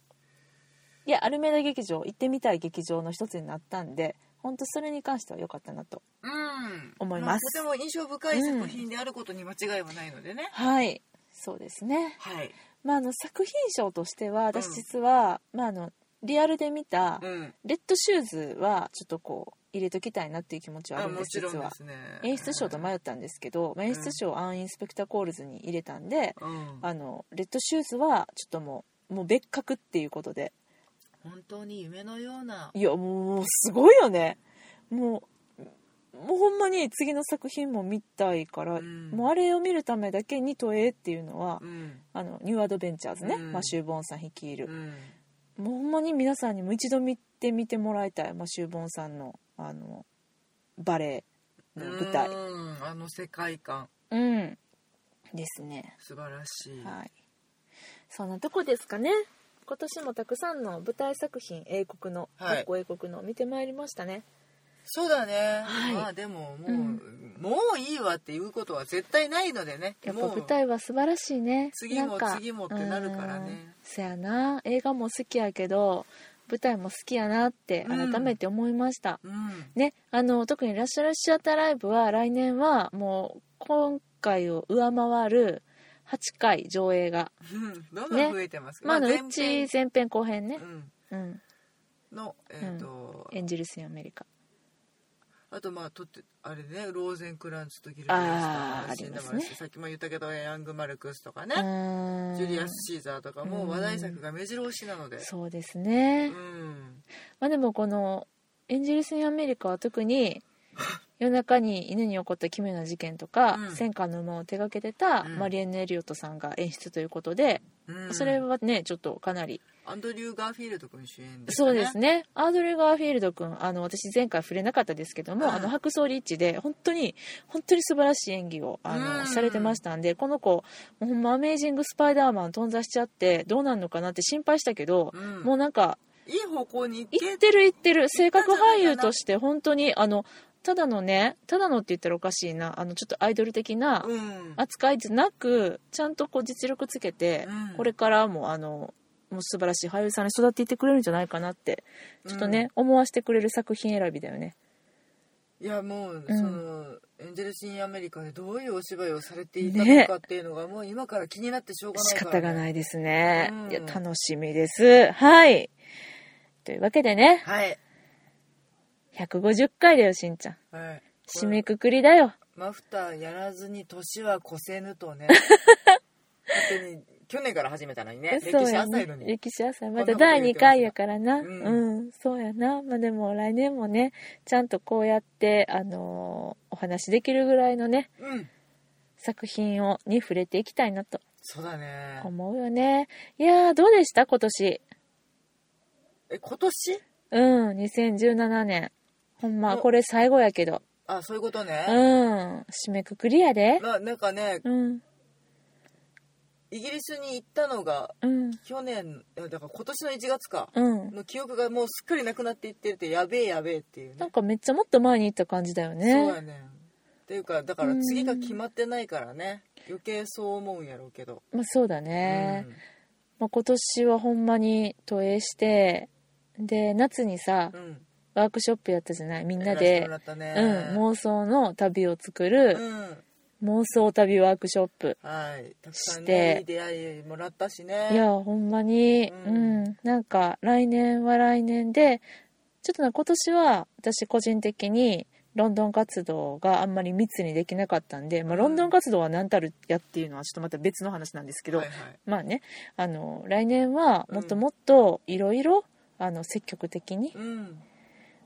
Speaker 1: いやアルメダ劇場行ってみたい劇場の一つになったんでほんとそれに関しては良かったなと
Speaker 2: うん
Speaker 1: 思います
Speaker 2: あとても印象深い作品であることに間違いはないのでね、
Speaker 1: はいそうですね
Speaker 2: はい
Speaker 1: まああの作品賞としては私実は、まああのリアルで見た
Speaker 2: うん
Speaker 1: レッドシューズはちょっとこう入れときたいなっていう気持ちはあ
Speaker 2: あ
Speaker 1: るん
Speaker 2: も
Speaker 1: です
Speaker 2: ちろん
Speaker 1: 実
Speaker 2: で
Speaker 1: は
Speaker 2: すね
Speaker 1: 演出賞と迷ったんですけど、まあ演出賞をアンインスペクターコールズに入れたんで、
Speaker 2: うん
Speaker 1: あのレッドシューズはちょっともうもう別格っていうことで
Speaker 2: 本当に夢のようない
Speaker 1: やもうもうすごいよねもうもうほんまに次の作品も見たいから、
Speaker 2: うん
Speaker 1: もうあれを見るためだけに都営っていうのは、
Speaker 2: うん
Speaker 1: あのニューアドベンチャーズね、
Speaker 2: うん
Speaker 1: マシュー・ボーンさん率いうる、
Speaker 2: ん
Speaker 1: もうほんまに皆さんにも一度見てみてもらいたいマシュー・ボーンさんのあのバレエの舞台
Speaker 2: うんあの世界観
Speaker 1: うん、ですね
Speaker 2: 素晴らしい、
Speaker 1: はい、そんなとこですかね今年もたくさんの舞台作品英国の、
Speaker 2: はい
Speaker 1: かっこ英国のを見てまいりましたね
Speaker 2: そうだね、
Speaker 1: はい
Speaker 2: まあでももう、
Speaker 1: うん
Speaker 2: もういいわっていうことは絶対ないのでね
Speaker 1: やっぱ
Speaker 2: もう
Speaker 1: 舞台は素晴らしいね
Speaker 2: 次も
Speaker 1: なんか
Speaker 2: 次もってなるからね
Speaker 1: うんそやな映画も好きやけど舞台も好きやなって
Speaker 2: うん
Speaker 1: 改めて思いました、
Speaker 2: うん <laughs>
Speaker 1: ねあの特に「ラッシュラッシュアタライブ」は来年はもう今回を上回る8回上映が
Speaker 2: うんどんどん増えてますけど
Speaker 1: まあ、あのう
Speaker 2: 前
Speaker 1: ち
Speaker 2: 編
Speaker 1: 前編後編ね
Speaker 2: う、ん
Speaker 1: うん、
Speaker 2: のえっ、と、
Speaker 1: エンジェルス・イン・アメリカ
Speaker 2: あとまあとってあれねローゼンクランツとギルディアスタ
Speaker 1: あー
Speaker 2: ー死んだも
Speaker 1: あります
Speaker 2: しさっきも言ったけどヤング・マルクスとか
Speaker 1: う
Speaker 2: ね、
Speaker 1: ーん
Speaker 2: ジュリアス・シーザーとかも
Speaker 1: うん
Speaker 2: 話題作が目白押しなので
Speaker 1: そうです
Speaker 2: う
Speaker 1: ね、
Speaker 2: ん
Speaker 1: まあでもこの「エンジェルス・イン・アメリカ」は特に夜中に犬に起こった奇妙な事件とか
Speaker 2: う
Speaker 1: 「
Speaker 2: ん
Speaker 1: 戦火の馬」を手掛けてた
Speaker 2: うん
Speaker 1: マリエンヌ・エリオットさんが演出ということで、
Speaker 2: うん
Speaker 1: それはねちょっとかなり、
Speaker 2: アンドリュー・ガーフィールド君主演です
Speaker 1: そ
Speaker 2: か
Speaker 1: う
Speaker 2: ね
Speaker 1: ですねアードレ・ガーフィールド君あの私前回触れなかったですけども、
Speaker 2: うん
Speaker 1: あの白装リッチで本当に本当に素晴らしい演技をあの、
Speaker 2: うん
Speaker 1: されてましたんでこの子もうほんまアメージング・スパイダーマン頓挫しちゃってどうなるのかなって心配したけど、
Speaker 2: うん
Speaker 1: もうなんか
Speaker 2: いい方向に行って
Speaker 1: 言ってる言ってる性格俳優として本当にあのただのねただのって言ったらおかしいなあのちょっとアイドル的な
Speaker 2: うん
Speaker 1: 扱いじゃなくちゃんとこう実力つけて、
Speaker 2: うん
Speaker 1: これからもあのもう素晴らしい俳優さんに育っていってくれるんじゃないかなってちょっとね、思わせてくれる作品選びだよね
Speaker 2: いやもう、
Speaker 1: うん
Speaker 2: そのエンジェルシン・アメリカでどういうお芝居をされていたのかっていうのが、もう今から気になってしょうがない
Speaker 1: 仕
Speaker 2: から、ね、
Speaker 1: 方がないですね、
Speaker 2: うん
Speaker 1: いや楽しみですはいというわけでね
Speaker 2: はい、
Speaker 1: 150回だよしんちゃん
Speaker 2: はい、
Speaker 1: 締めくくりだよ
Speaker 2: マフターやらずに年は越せ
Speaker 1: <laughs>
Speaker 2: ぬとね本当に去年から始めたのにね歴
Speaker 1: そう
Speaker 2: 史
Speaker 1: や
Speaker 2: 浅
Speaker 1: ね
Speaker 2: いのに
Speaker 1: 歴史浅い
Speaker 2: こ
Speaker 1: ま
Speaker 2: んな
Speaker 1: だ
Speaker 2: こと言
Speaker 1: 第
Speaker 2: うてますが
Speaker 1: 2回やからなう
Speaker 2: うん
Speaker 1: ん、そうやなまあでも来年もねちゃんとこうやってあのーお話しできるぐらいのね
Speaker 2: うん
Speaker 1: 作品をに触れていきたいなと
Speaker 2: そうだね
Speaker 1: 思うよねいやーどうでした今年
Speaker 2: え今年
Speaker 1: うん2017年ほんま
Speaker 2: お
Speaker 1: これ最後やけど
Speaker 2: あそういうことね
Speaker 1: う、ん締めくくりやで
Speaker 2: まあ、なんかね
Speaker 1: うん
Speaker 2: イギリスに行ったのが
Speaker 1: うん
Speaker 2: 去年いやだから今年の1月か
Speaker 1: うん
Speaker 2: の記憶がもうすっかりなくなっていっててやべえやべえっていう
Speaker 1: なん
Speaker 2: ね
Speaker 1: かめっちゃもっと前に行った感じだよね
Speaker 2: そうやねっていうかだから次が決まってないからね余計そう思うんやろうけど、
Speaker 1: まあ、そうだ
Speaker 2: う
Speaker 1: ね、まあ、今年はほんまに投影してで夏にさ
Speaker 2: うん
Speaker 1: ワークショップやったじゃないみんな
Speaker 2: や
Speaker 1: で
Speaker 2: らせてもらった
Speaker 1: う
Speaker 2: ね
Speaker 1: ん、妄想の旅を作る
Speaker 2: うん
Speaker 1: 妄想旅ワークショップ
Speaker 2: はいたくさん
Speaker 1: して
Speaker 2: ねいい出会いもらったしね
Speaker 1: いやほんまにう、
Speaker 2: うん
Speaker 1: なんか来年は来年でちょっとな今年は私個人的にロンドン活動があんまり密にできなかったんで、まあ、ロンドン活動は何たるやっていうのはちょっとまた別の話なんですけど、
Speaker 2: はいはい
Speaker 1: まあねあの来年はもっともっといろいろあの積極的に
Speaker 2: うん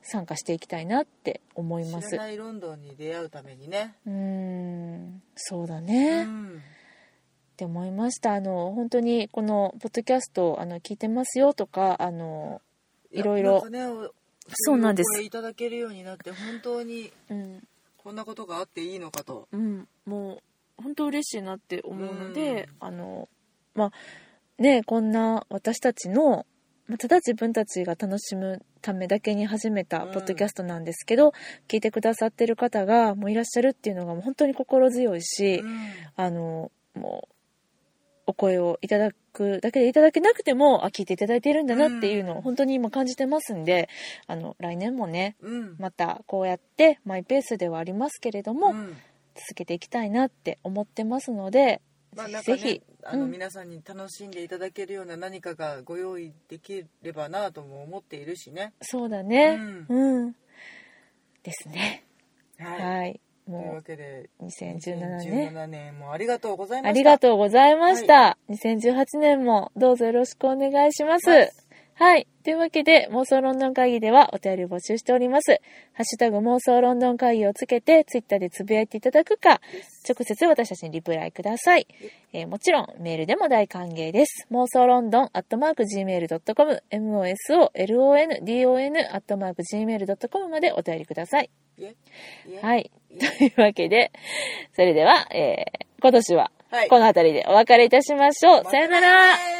Speaker 1: 参加していきたいなって思いま
Speaker 2: 知
Speaker 1: す
Speaker 2: らないロンドンに出会うためにね
Speaker 1: うんそうだね、
Speaker 2: うん
Speaker 1: って思いましたあの本当にこのポッドキャストあの聞いてますよとかあのいろいろ
Speaker 2: やなんかねお
Speaker 1: そうなんです
Speaker 2: これいただけるようになって本当に
Speaker 1: うん、
Speaker 2: こんなことがあっていいのかと
Speaker 1: うん、もう本当嬉しいなって思うので、あのまあねこんな私たちのまあただ自分たちが楽しむためだけに始めた
Speaker 2: うん
Speaker 1: ポッドキャストなんですけど、聞いてくださってる方がもういらっしゃるっていうのがもう本当に心強いし、
Speaker 2: うん
Speaker 1: あのもうお声をいただくだけでいただけなくてもあ聞いていただいてるんだなっていうの
Speaker 2: う
Speaker 1: を
Speaker 2: ん
Speaker 1: 本当に今感じてますんであの来年もね
Speaker 2: うん
Speaker 1: またこうやってマイペースではありますけれども、
Speaker 2: うん
Speaker 1: 続けていきたいなって思ってますので、
Speaker 2: まあなんか
Speaker 1: ぜ
Speaker 2: ね
Speaker 1: ひぜひ、
Speaker 2: あの
Speaker 1: うん
Speaker 2: 皆さんに楽しんでいただけるような何かがご用意できればなとも思っているしね
Speaker 1: そうだね
Speaker 2: う
Speaker 1: うん、ですねはい、
Speaker 2: はいという
Speaker 1: も
Speaker 2: わけで
Speaker 1: う2017年
Speaker 2: 2017年もありがとうございました
Speaker 1: ありがとうございました、2018年もどうぞよろしくお願いします、
Speaker 2: はい
Speaker 1: はい。というわけで、妄想ロンドン会議ではお便りを募集しております。ハッシュタグ妄想ロンドン会議をつけて、ツイッターでつぶやいていただくか、直接私たちにリプライください。えーもちろん、メールでも大歓迎です。妄想ロンドンアットマーク Gmail.com、MOSOLONDON アットマーク Gmail.com までお便りください。
Speaker 2: いえいえ
Speaker 1: はい。
Speaker 2: い
Speaker 1: というわけで、それでは、えー今年は
Speaker 2: はい
Speaker 1: この辺りでお別れいたしましょう。
Speaker 2: また
Speaker 1: さよなら。
Speaker 2: ね